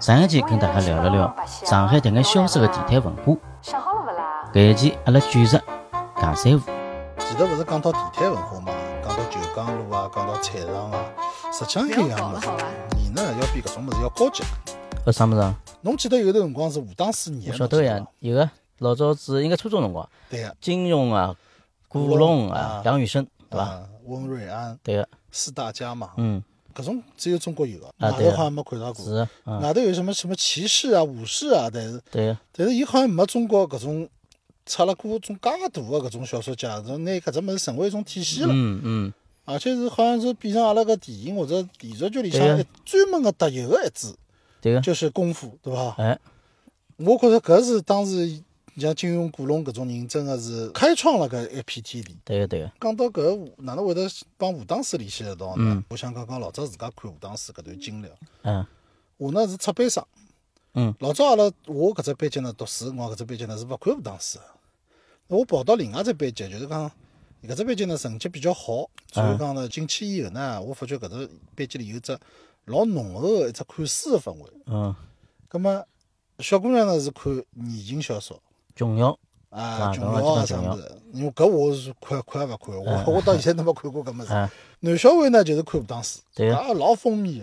上一期跟大家聊了聊上海迭眼消失的地摊文化，想好了勿啦？搿一期阿拉继续戆三胡。前头勿是讲到地摊文化嘛，讲到九江路啊，讲到菜场啊，实际上搿不要样搞物了事好伐，你呢要比搿种物事要高级。呃，啥物事啊？侬记得有的辰光是武当四年，我晓得侬记呀伐，有个老早子应该初中辰光，对呀，金庸啊、古古龙龙啊啊、梁羽生，对伐？啊，温瑞安对个，四大家嘛，嗯，搿种只有中国有个，啊外对头呀好像没看到过。是，嗯，外头有什么什么骑士啊、武士啊，但是对个，但是伊好像没中国搿种出了过种介大的搿种小说家，就拿搿只物事成为一种体系了，嗯嗯，而且是好像是变成阿拉个电影或者电视剧里向对呀一专门个特有个一支，对个，就是功夫，对伐？哎，我觉着搿是当时像金庸、古龙搿种人，真个是开创了搿一片天地。对个对个，讲到搿个哪能会得帮武当师联系得到呢？我想讲讲老早自家看武当师搿段经历哦。嗯我呢是插班生，嗯，老早阿拉我搿只班级呢读书辰光，搿只班级呢是勿看武当师的，我跑到另外只班级，就是讲搿只班级呢成绩比较好，所以讲呢进去以后呢，我发觉搿只班级里有只老浓厚的一只看书的氛围。嗯，葛么小姑娘呢是看言情小说。琼瑶，啊，啊琼搿个瑶啊就啥讲物事，因为搿我是看看也勿看，嗯 我我到现在都没看过搿物事啊。男小孩呢就是看武当师，对啊老风靡。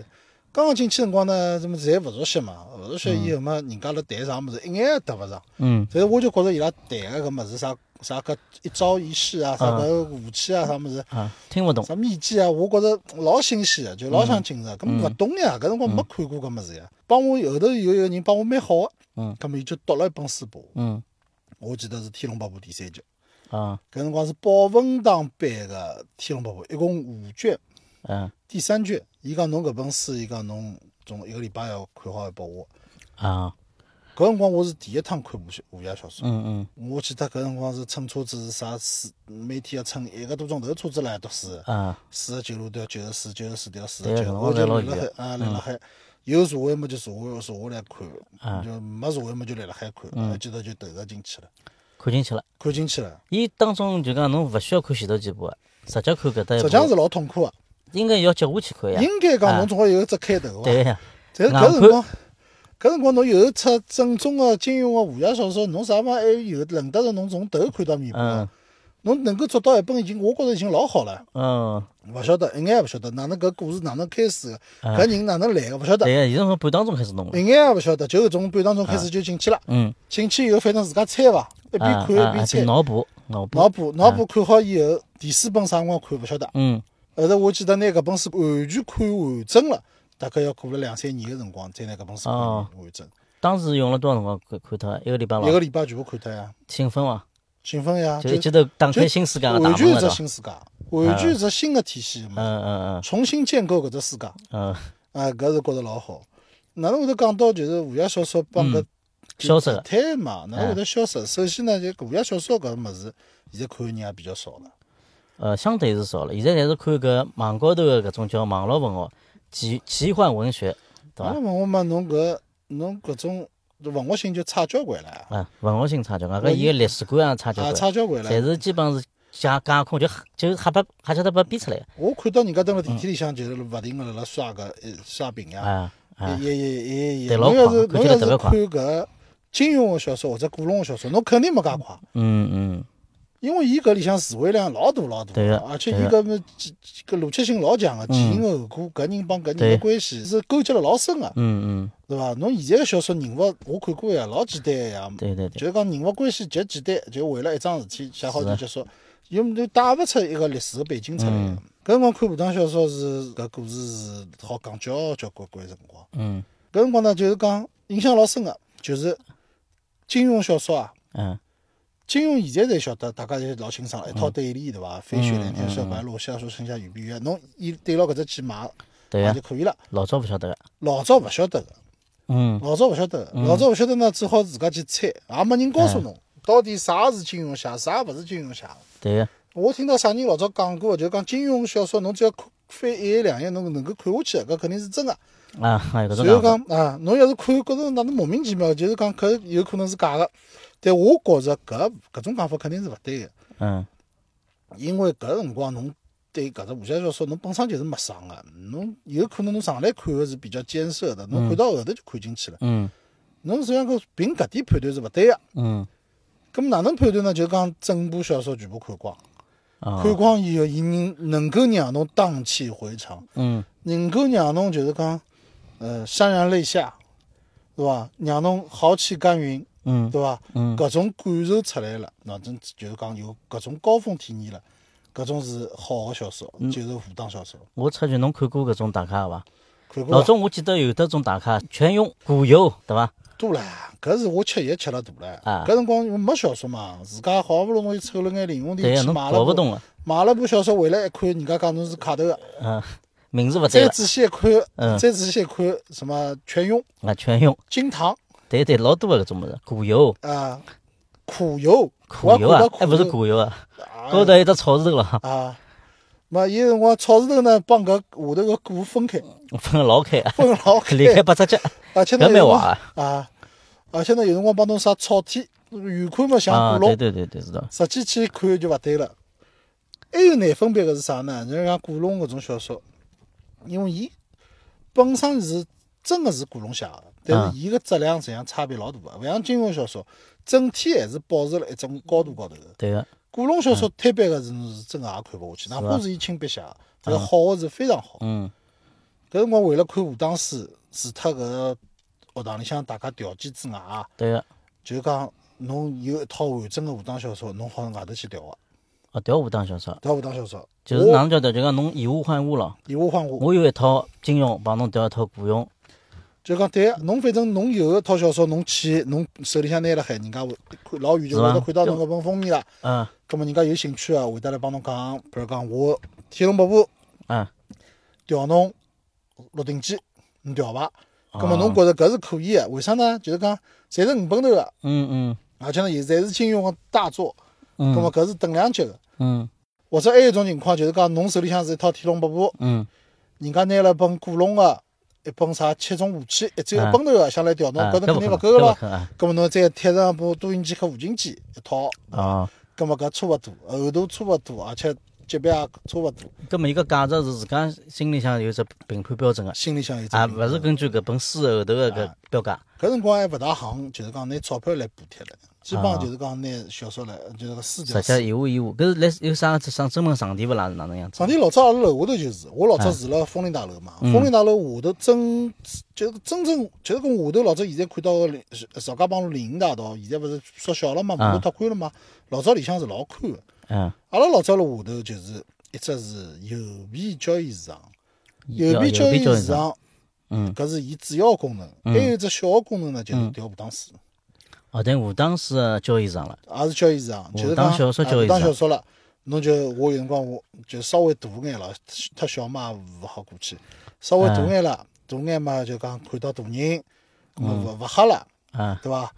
刚刚进去辰光呢，什么侪勿熟悉嘛，勿熟悉以后嘛，人家辣谈啥物事，一眼也搭勿上。嗯，但是我就觉着伊拉谈个搿物事啥啥搿一招一式啊，啥嗯搿武器啊啥物事，啊，听勿懂，啥秘籍啊，我觉着老新鲜个，就老嗯想进入。啊咁勿懂呀，搿辰光没看过搿物事呀。帮我后头有一个人帮我蛮好个，啊嗯，咁么伊就读了一本书拨我，嗯我记得是《天龙八部》第三集。啊搿辰光是宝文堂版的《天龙八部》，一共五卷，嗯第三卷，伊讲侬搿本书，伊讲侬总一个礼拜要看好一本我。啊， �武搿辰光我是第一趟看武侠武侠小说，嗯嗯，我记得搿辰光是乘车子是啥四，每天要乘一个多钟头车子来读书，啊四十九路调九十四，九十四调四对十搿辰九，光我就侪老嗯立辣远海啊立辣海，有座位么就座位座位来啊嗯看，就没座位么就立辣海看，啊一记头就投入进去了，看进去了。看进去了，伊当中就讲侬勿需要看前头几部啊，直接看搿搭一实际上部，是老痛苦啊。应该要接下去看呀。应该讲啊侬总归有一啊只开头伐对？呀，但是硬搿辰光，搿辰光侬有一出正宗个金庸个武侠小说，侬啥嘛还有轮得着侬从头看到尾巴嗯的？侬能够做到一本已经，我觉着已经老好了。嗯，勿晓得，一眼也勿晓得哪能搿故事哪能开始的，搿人哪能来个，勿晓得，对一呀，伊是从半当中开始弄的。眼也勿晓得，就从半当中开始就进去了。嗯，进去以后，反正自家猜伐，一边啊看一啊，边啊猜就，脑补脑补脑。补脑补看好以后，第四本啥辰光看勿晓得。嗯，后头我记得拿搿本书完全看完整了，大概要过了两三年个辰光，再拿搿本书看哦完整，当时用了多少辰光看看脱？一个礼拜一咯个，礼拜全部看脱呀，兴奋伐？兴奋呀，就就一记头打就开新世界个大完全门了，一只是伐？新世界，完全一只新个体系嘛，嗯嗯重新建构搿只世界，嗯嗯，啊，搿是觉着老好。哪能会得讲到就是武侠小说帮嗯搿消失了太嘛？哎哪能会得消失？首先呢，就武侠小说搿物事，现在看的人也比较少了。呃，相对是少了。现在侪是看搿网高头个搿种叫网络文学、奇奇幻文学，对阿拉伐？问我嘛，侬搿侬搿种文学性就差交关了呀，啊，文学性差交关，搿伊个历史观也差交嗯啊，关，差交关了。侪是基本上是架架空，就就瞎把瞎叫他把编出来的。我看到人家蹲辣电梯里向，就是勿停个辣辣刷搿呃刷屏呀，啊啊一一一一一。对老侬要是快侬看要起是来特别看快搿金庸个小说或者古龙个小说，侬肯定没介快，嗯嗯，因为伊搿里向词汇量老大老大，对个而且伊对嗯搿么几几搿逻辑性老强个，啊前因后果，搿人帮搿人对的关系是勾结了老深啊个，嗯对伐？侬现在个小说人物我看过呀，老简单个呀，对对对就是讲人物关系极简单，就为了一桩事体写好就结束，又就带勿出一个历史个背景出来的。嗯搿辰光看武打小说是搿故事是好讲交交关关辰光。嗯搿辰光呢，就是讲印象老深个，就是金庸小说啊。嗯金庸现在才晓得，大家侪老清爽了，一套对联对伐？飞嗯雪连天射白鹿，下属城下雨碧月。侬一对牢搿只去买对买呀就，可以了。老早勿晓得个。老早勿晓得个，嗯哎老早勿晓得个，老早勿晓得呢，只好自家去猜，也没人告诉侬到底啥是金庸写，啥勿是金庸写。对个，我听到啥人老早讲过，就讲金庸小说，侬只要看翻一页两页，侬能够看下去，搿肯定是真个。啊，还有搿种然后讲讲啊，侬要是看觉着哪能莫名其妙，就是讲搿有可能是假个，但我觉着搿搿种讲法肯定是勿对个，法，嗯因为搿辰光侬对搿只武侠小说，侬本身就是没上个，侬有可能侬上来看个是比较艰涩的，侬看到后头就看进去了。嗯侬实际上讲凭搿点判断是勿对个，嗯咁哪能判断呢？就讲整部小说全部看光，啊看光以后，伊能能够让侬荡气回肠，嗯能够让侬就是讲，呃，潸然泪下，对伐？让侬豪气干云，嗯对伐？嗯搿种感受出来了，那真就是讲有搿种高峰体验了，搿种是好个小说，嗯就是武当小说。我察觉侬看过搿种大咖伐？看过老伐早我记得有得种大咖，全用古油，对伐？多啦，搿是我吃药吃了大了。啊搿辰光因为没小说嘛，自家好不容易凑了眼零用对呀，钿去侬搞买了勿部懂个，买了部小说回来一看，人家讲侬是卡头个，嗯，名字勿对再了仔细一看嗯，再仔细一看，什么全用、啊，全用，金堂对对，老多个搿种物事，古油。啊、苦油、苦油啊还我，看到勿是苦苦油啊，啊高头还有只草字头了，啊。嘛，伊辰光草字头呢，帮搿下头个股分开，我分得老开啊，分老 开，离开八只脚，而且呢搿有辰蛮坏光啊。啊，而且呢有辰光帮侬啥草天，远看嘛像啊，古龙对，对对对，知道。实际去看就勿对了。还有难分别个是啥呢？人家讲古龙搿种小说，因为伊本身是真个是古龙写个，但啊是伊个质量实际上差别老大啊个。勿像金庸小说，整体还是保持了一种高度高头个。对个，古龙小说推版个是是真个也看勿下去，哪怕是伊亲笔写个，这个好个是非常好。嗯搿辰光为了看武当书，除脱搿个学堂里向大家调剂之外啊，对个，就是讲侬有一套完整个武当小说，侬好从外头去调个。啊哦，调武当小说，调武当小说，就是我哪能叫调？就讲侬以物换物了。以物换物，我有一套金庸，帮侬调一套古庸，就讲对，侬反正侬有一套小说，侬去侬手里向拿了海，人家会看老远就是吧会得看到侬搿本封面了，嗯葛末人家有兴趣啊，会得来帮侬讲，比如讲我《天龙八部》嗯，调侬《鹿鼎记》，侬调伐？葛末啊侬觉着搿是可以个，为啥呢？就是讲，侪是五本头个，嗯而且呢，也侪是金庸个大作，嗯葛末嗯搿是等量级个。嗯或者还有一种情况，就是讲侬手里向是一套《天龙八部》，嗯人家拿了本古龙个一本啥七种武器，一只有一啊本头个，想来调侬，啊，搿搿能肯勿定可能，搿勿勿够个啦。可能啊搿么侬再贴上一部多音机和无影机一套，哦，搿么搿差勿多，厚度差勿多，而且级别也差勿多，搿么一个价值是自家心里向有只评判标准个，心里向有只啊，平勿衡是根据搿本书后头个搿啊标价，搿辰光还勿大行，就是讲拿钞票来补贴了，基本啊上就是讲拿小说来，就是个书实调际以物易物，搿是来有啥上专门场地勿啦？是哪能样子上？天老早阿拉楼下头就是，我老哎早住了枫林大楼嘛，嗯枫林大楼下头真就是真正就是跟下头老早现在看到个林赵家浜路林荫大道，现在勿是缩小了嘛，马路啊拓宽了嘛，老早里向是老宽个。嗯，阿拉老早了下头就是一只是邮币交易市场，邮有币交易交易市场，场嗯，搿是伊主要功能，还有一只小个功能呢，就是调武当书，哦，但武当是个交易场了，也是交易市场，就是当讲小说啊交易当市场小说了。侬就我有辰光我就稍微大眼了，太小嘛也勿好过去，稍微大眼了，大眼嘛就讲看到大人，咾嗯么勿勿吓了，啊，对伐？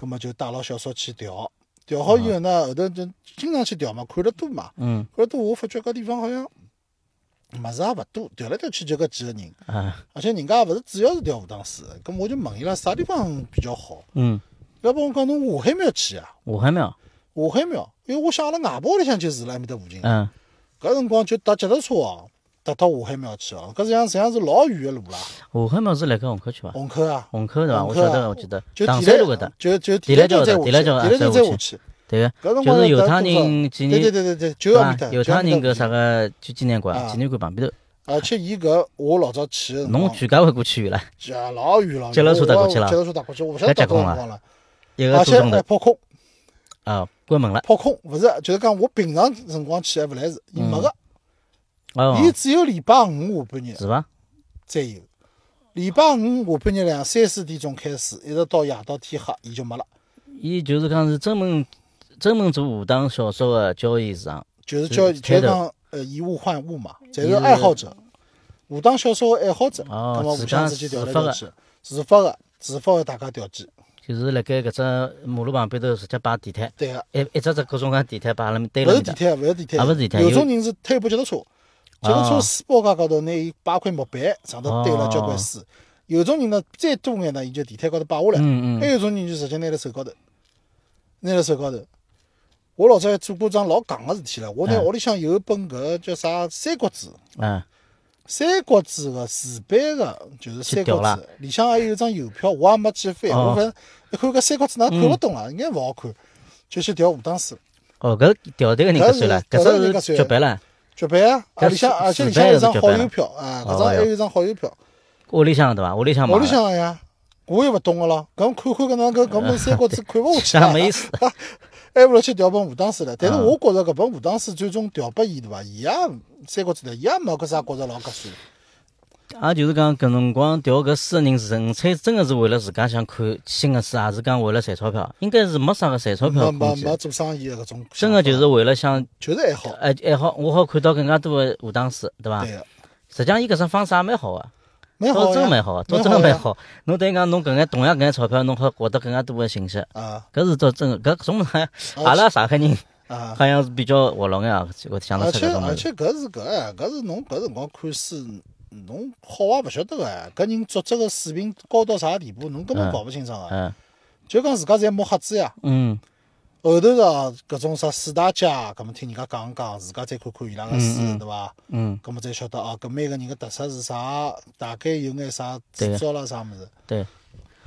咾么就带牢小说去调，调好以后呢，后头就经常去调嘛，看得多嘛，嗯搿多我发觉搿地方好像物事也勿多，调来调去就搿几个人，啊，而且人家也勿是主要是调武当书，咁我就问伊拉啥地方比较好，嗯，要不我讲侬华海庙去啊，武汉庙，华海庙，因为我想阿拉外婆屋里向就住辣埃面搭附近，嗯，搿辰光就搭脚踏车哦，搭到华海庙去哦，搿实际上实际上是老远个路啦，武汉庙是辣盖虹口区伐？虹口啊，虹口对伐？虹我口啊晓得，我记得就唐地山雷路搿搭，就就地地雷雷桥桥再的下地雷桥啊去，地雷再桥再下下去，对个，搿辰就光是犹要太搭多少人纪对对念，对对对，就对要面伐？搭，犹就太埃面人搭搿啥附近个去纪念馆、啊纪念馆旁边头，而且啊伊搿我老早去个辰光侬。全家会过去远了，啊，老远老远，接了车打过去了接了车打过去，我不晓得打多少辰光了，一个多而且钟还头跑空，啊，关门了。跑空，勿是，就是讲我平常辰光去还勿来事，伊没个，嗯哦，伊只有礼拜五下半日是伐？才有，礼拜五下半日两三四点钟开始，一直到夜到天黑，伊就没了，伊就是讲是专门专门做武当小说个交易市场，就是叫是就开是头讲呃以物换物嘛，侪伊是是爱好者，武当小说的爱好者，哦那么自互家相之间调自来发调的去，自发个自发个大家调剂，就是辣盖搿只马路旁边头直接摆地摊，对个。啊一一只只各种各样地摊摆辣面堆勿辣是面搭，地铁，勿是地铁，啊勿是地铁有有哦种人是推部脚踏车，脚踏车书包架高头拿伊摆块木板，上头堆了交关哦书。有种人呢，再多眼呢，伊就地铁高头摆下来。嗯嗯还有种人就直接拿辣手高头，拿辣手高头。我老早还做过桩老戆个事体了，我哎拿屋里向有一本搿叫啥《三国志》，《嗯，三国志》个竖版个就是《去三掉国志了》，里向还有一张邮票，我也没去翻，哦嗯我反正一看搿《三国志》哪看勿懂了，一眼勿好看，就去调武当书。哦，搿调这个人格算了，搿搿是搿是人只格是算绝版了，绝版啊！啊搿里向竖而且里竖版向有也一张是绝好版邮了票啊，哦搿张还哟有一张好邮票。屋里向对伐？屋里向买屋里的，向个呀，我也勿懂个咯。咁看看搿能搿搿本《三国志》看勿下去啥了，没意思。 还勿如去调本武当书了。但是嗯我觉着搿本武当书最终调拨伊对伐？伊也《三国志》呢，伊也没搿啥觉着老合算。也啊就是讲，搿辰光调搿书个人，纯粹真个是为了自家想看新个书，也是讲为了赚钞票，应该是没啥个赚钞票的没没空没间。做生意个搿种想法，真个就是为了想，就是爱好，呃，爱好我好看到更加多的武打书，对伐对？个，实际上，伊搿只方式也蛮好个，蛮好倒真呀的蛮好啊个，倒蛮真的好蛮呀好。侬等于讲，侬搿眼同样搿眼钞票，侬好获得更加多的信息，啊搿是倒真的。搿种呢，而阿拉上海人啊！好像是比较活络眼啊，我想得而出且搿种物事。而且搿是搿哎，搿是侬搿辰光看书，侬好坏勿晓得个哎。搿人作者个水平高到啥地步，侬根本嗯搞勿清爽个。嗯就讲自家侪摸黑子呀。嗯后头啊，搿种啥四大家，搿么听人家讲讲，自家再看看伊拉个书嗯嗯，对伐？嗯，搿么再晓得啊，搿每个人个特色是啥，大概有眼啥对制个造啦啥物事。对。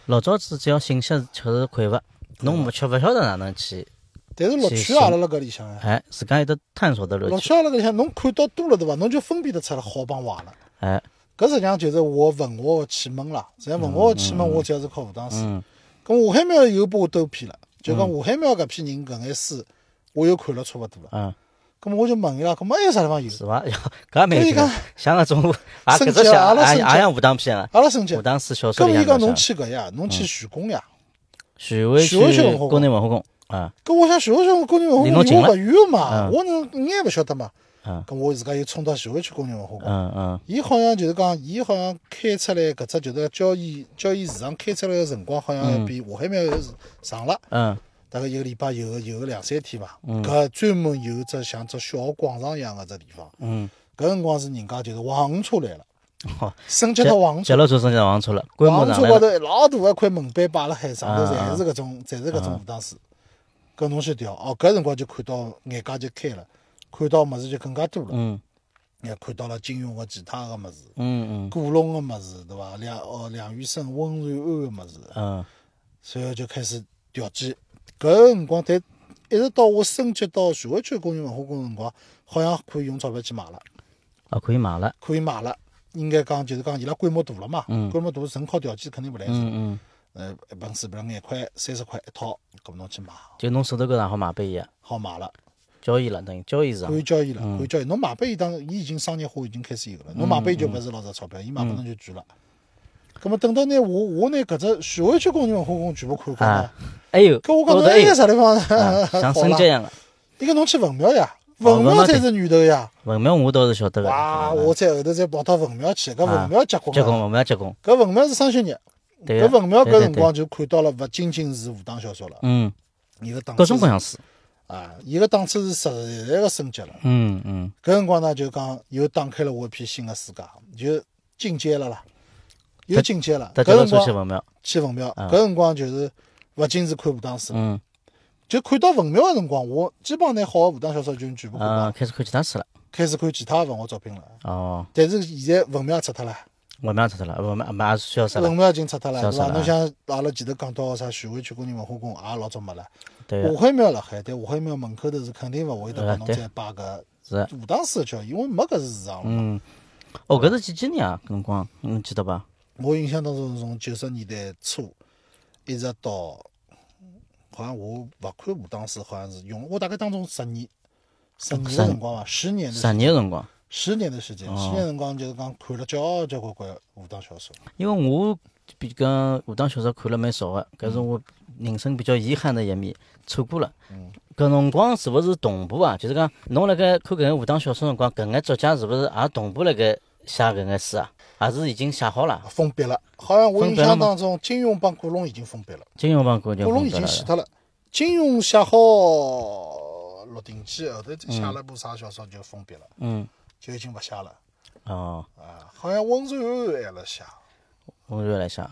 老早子只要信息确实匮乏，嗯侬勿却勿晓得哪能去，但是乐是趣是阿拉辣搿里向呀，哎，自家有得探索的乐乐趣，趣阿拉搿里向，侬看到多了对伐？侬就分辨得出来好帮坏了。哎，搿实际上就是我文学个启蒙啦。实际上文学个启蒙，我主要是靠武当书。嗯咁吴海苗又把我兜偏了，就讲吴海苗搿批人搿眼书，我又看了差勿多了。嗯，咁么我就问伊拉，咁么还有啥地方有？是伐？ 搿也蛮有所以劲的讲，像搿种 啊，升搿级了只像阿拉也升级也像武当片啊，阿拉升级武，当四小说搿里么伊向讲搿侬种。去搿嗯呀，侬去徐工呀。徐汇徐汇区文化区宫宫内文化宫啊，搿我想徐汇区公园文化离宫离侬我近了勿远嘛，嗯我能眼勿晓得嘛。嗯咁我自家又冲到徐汇区公园文化宫。嗯嗯伊好像就是讲，伊好像开出来搿只就是交易交易市场开出来个辰光，好像要比华海庙长了，嗯大概一个礼拜有个有个两三天吧。搿专门有只像只小广场一样个只地方。嗯，搿辰光是人家就是黄河车来了，好，升级极到黄河车极。乐车升级到黄车了，规模黄上车来高了，头老大一块门板摆辣海，上头啊啊侪是搿种，侪是搿种武当书。搿侬去调，哦，搿辰光就看到眼界就开了，看到物事就更加多了，嗯也看到了金庸个其他个物事，嗯嗯古龙个物事，对伐？梁哦梁羽生、温瑞安个物事，嗯，随后就开始调剂。搿辰光，但一直到我升级到徐汇区公园文化宫个辰光，好像可以用钞票去买了。啊可以买了，可以买了。应该讲就是讲伊拉规模大了嘛，嗯规模大，纯靠调剂肯定勿来事。嗯嗯，呃，一本书，比如廿块、三十块一套，搿么侬去买，就侬手头搿上好买拨伊啊，好买了，交易了等于交易市场可，以交易嗯了，可以交易。侬买拨伊当，伊已经商业化已经开始有了，侬买拨伊就勿是老值钞嗯票，伊买拨侬就贵了。搿么等到拿我我拿搿只徐汇区公园文化宫全部看看呢啊，还有搿我讲高侬头还还有有，啥地方啊像好升级一啦？样的，伊讲侬去文庙呀，哦文文庙庙才是源头呀。文庙我倒是晓得个，哇，我再后头再跑到文庙去，搿啊文庙结棍结了棍，文庙结棍，搿文庙是双休日。对搿个，文庙对搿对辰对光，就看到了，勿仅仅是武打小说了，嗯，伊个档各次种各样书，啊，伊个档次是实在个升级了。嗯嗯，搿辰光呢，就讲又打开了我一片新的世界，就进阶了啦，又特进阶了。大搿家都辰出去光文庙，去文庙，啊搿辰光就是勿仅是看武打书，嗯就看到文庙个辰光，我基本上拿好个武打小说就全部看啊，光，开始看其他书了，开始看其他文学作品了。哦，但是现在文庙也出脱了，文庙出脱了，文庙嘛也是消失了文，庙已经出脱了，消对失伐？了侬啊像阿拉前头讲到个啊啥徐汇区工人文化宫，啊也老早没了。 对五个，海庙辣海，但五海庙门口头是肯定勿会得帮侬再摆搿是的。武当寺教，因为没搿市场了嘛。嗯，哦，搿是几几年啊？搿辰光侬记得伐？我印象当中是从九十年代初一直到，好像我勿看武当寺，好像是用我大概当中十年，十年十的辰光伐，十年十哦的年个辰光，十年的时间，十年的辰光就是讲看了交交关关武当小说。因为我比讲武当小说看了蛮少个，搿是嗯我人生比较遗憾的一面，错过了。嗯搿辰光是勿是同步啊？就是讲侬辣盖看搿眼武当小说辰光，搿眼作家是勿是也同步辣盖写搿眼书啊？也是已经写好了，封闭了，好像我封印闭了象吗当中，金庸帮古龙已经封闭了，金庸帮古古龙龙已经死了。脱了。金庸写好《鹿鼎记》，后头再写了部啥小说就封闭了。嗯，就已经勿写了哦，啊，好像温州还辣写，啊我就来想，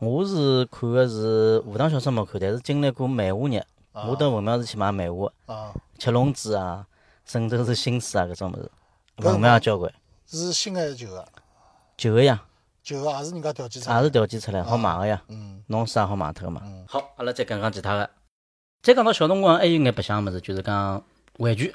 我是看个是武当小说没看，但是经历过漫画日我到文庙是去买漫画，啊，七龙珠啊，神州是新书啊，搿种物事，搿文庙也交关，是新啊还是旧个？旧个呀，旧个啊也是人家调剂出来也是的。调剂出来好买个呀，嗯，侬啥好买脱个嘛嗯。好，阿拉再讲讲其他个。再讲到小辰光还有眼白相物事，就是讲玩具，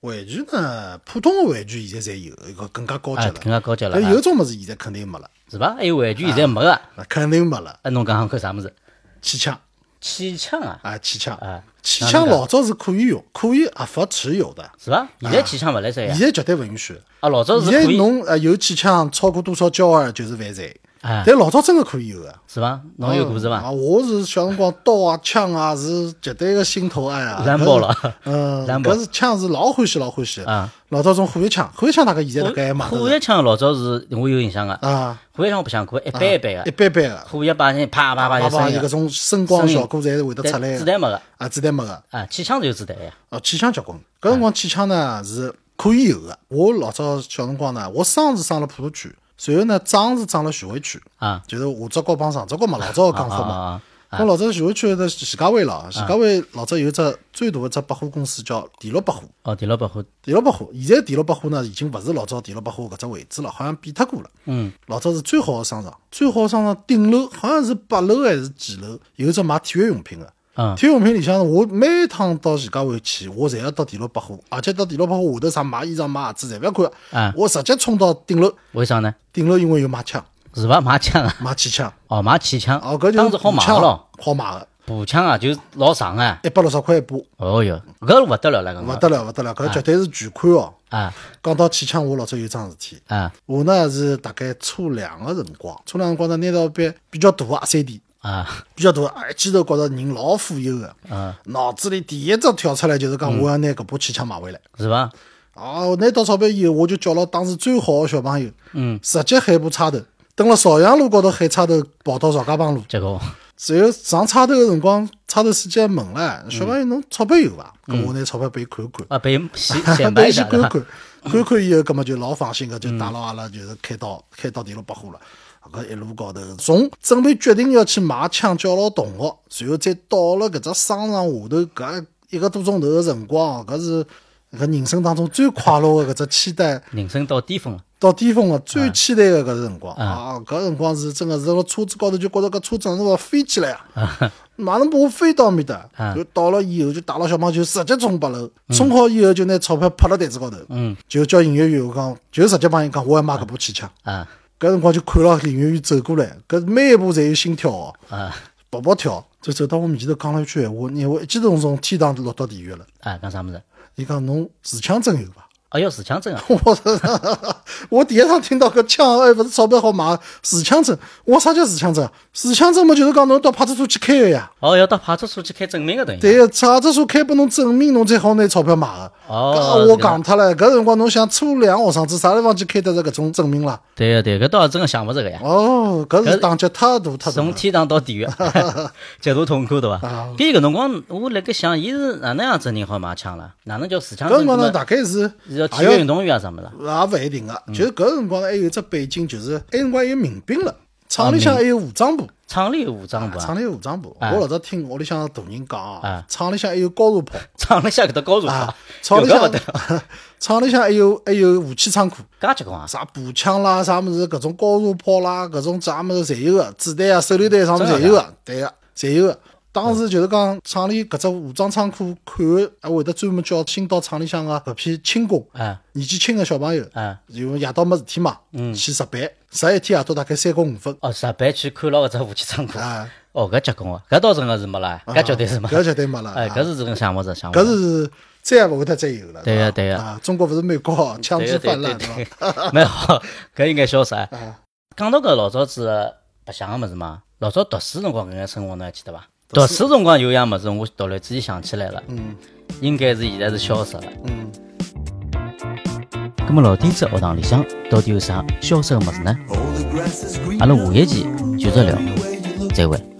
玩具呢，普通个玩具现在侪有，一个更加高级啊，了。更加高级了但啊，有种物事现在肯定没了，是伐？还有玩具现在没个，那肯定没了。哎，侬讲讲看啥物事？气枪气枪啊，啊，气枪，啊，气枪老早是可以用，可以合法持有的，是伐？现在气枪勿来塞呀现，在绝对勿允许。啊，老早是现在可以，侬呃有气枪超过多少焦耳就是犯罪，啊，但老早真的可以有个。是伐？侬有故事伐？啊，我是小辰光刀啊枪啊是绝对个心头爱啊。燃爆了 嗯，燃爆搿是枪是老欢喜老欢喜啊。老早种火药枪，火药枪大概现在大概还买得火着药枪老早是我有印象个，啊，火药枪我白相过，一般一般一个，般般个。火药把人啪啪啪爸一爸声啊有搿个，种声光效果侪是会得出但来子个弹没个，啊，子弹没个。啊，气枪是有子弹呀，哦，气枪结棍。搿辰光气枪呢是可以有个。我老早小辰光呢，我生是生了普陀区，随后呢长是长了徐汇区，啊，就是下只角帮上只角嘛，老早啊个讲法啊嘛。啊，我老早徐汇区的徐家汇了，啊徐家汇老早有只最大的一只百货公司叫第六百货。哦，第六百货，第六百货，现在第六百货呢，已经勿是老早第六百货搿只位置了，好像变脱过了。嗯，老早是最好的商场，最好的商场顶楼好像是八楼还是几楼，有一只卖体育用品的。啊，体育用品里向，我每趟到徐家汇去，我侪要到第六百货，而且到第六百货下头啥买衣裳、买鞋子侪勿要啊看，我直接冲到顶楼。为啥呢？顶楼因为有买枪、是伐？买枪啊，买气枪，哦，买气枪哦，搿，就当时是好买步枪个咯，，好买个，步枪啊，就老长啊，一百六十块一把，哦哟，搿勿得了了，搿勿个得了勿得了，搿绝对是全款哦。啊讲到气枪，我老早有桩事体，啊我呢是大概初两个辰光，初两个辰光呢拿到一笔比较大个三 D，啊比较大个，一记头觉着人老富有个，啊，嗯脑子里第一只跳出来就是讲我要拿搿把气枪买回来。是伐？啊，我拿到钞票以后，我就叫了当时最好的小朋友，嗯，直接喊部差头，蹲辣朝阳路高头喊差头，跑到赵家浜路。结果随后上差头个辰光，差头司机还问了，小朋友侬钞票有伐？搿我拿钞票拨伊看看。啊被 洗显摆对，一去下，看对伐看，看看以后，葛么就老放心个，就带牢阿拉就是开到开到第六百货了。啊搿一路高头，从准备决定要去买枪，叫牢同学，然后再到了搿只商场下头，搿一个多钟头个辰光，搿是搿人生当中最快乐个搿只期待 人生到巅峰了，到巅峰个最期待个搿辰光啊！搿辰光是真个是辣车子高头就觉着搿车子哪能要飞起来啊！哪能把我飞到面搭？就到了以后就带牢小朋友就直接冲八楼，冲好以后就拿钞票拍辣台子高头，嗯就叫营业员我讲，就直接帮伊讲我要买搿部气枪。啊搿辰光就看牢营业员走过来，搿每一步侪有心跳哦，啊跑跑跳，就走到我面前头讲了一句闲话，你我一激动从天堂落到地狱了。啊，讲啥物事？伊讲侬持枪真有伐？啊，要持枪证啊，我操！ 我第一趟听到搿枪，哎，勿是钞票好买，持枪证。我啥叫持枪证啊？持枪证嘛，就是讲侬到派出所去开个呀。哦，要到派出所去开证明个等于。对个，派出所开拨侬证明，侬才好拿钞票买个。哦搿是我搿讲脱了，搿辰光侬想初两学生子啥地方去开得着搿种证明啦？对个对个，搿倒是真个想勿着个呀。哦， 搿是打击太大太大从了。天堂到地狱， 极度痛苦对伐？啊搿个辰光，我辣盖想，伊是哪能样子人好买枪啦？哪能叫持枪搿辰证？光呢，哎搿么大概是是要体也要育运动员啊啥物事啊？也勿一定个，就是搿辰光呢，还有一只背景，就是埃辰光还有民兵哦了，厂里向还有武装部。厂里有武装部啊，厂里有武装部，啊我老早听屋里向大人讲啊啊，厂里向还有高射炮 厂里向搿搭高手啊 啊，，厂里有搿向勿得 厂里向还有还有武器仓库，介结棍啊！啥步枪啦，啥物事，各种高射炮啦，各种啥物事侪有个，子弹啊、手榴弹啥物事侪有个，对个，侪有个。当时就是讲厂里搿只武装仓库看个，还会得专门叫新到厂里向个搿批轻工，啊年纪轻个小朋友，啊！嗯因为夜到没事体嘛，去值班，值一天夜到大概三角五分哦，日班去看牢搿只武器仓库，啊，哦，搿结棍啊！搿倒真个是没啦，搿绝对是没。搿绝对没 了。哎，啊搿是真个想勿着，想勿着搿。是再也勿会得再有了。对个呀对呀啊，中国勿是美国枪对支个对泛对滥对对伐？，蛮好， 搿应该潇洒。讲到搿老早子的白相个物事嘛，老早读书辰光搿眼生活侬还记得伐？读书辰光有样物事，我突然之间想起来了，嗯应该是现在是消失了。嗯，葛么老底子学堂里向到底有啥消失个物事呢？阿阿拉拉下下一一期期继继续续聊聊。再会。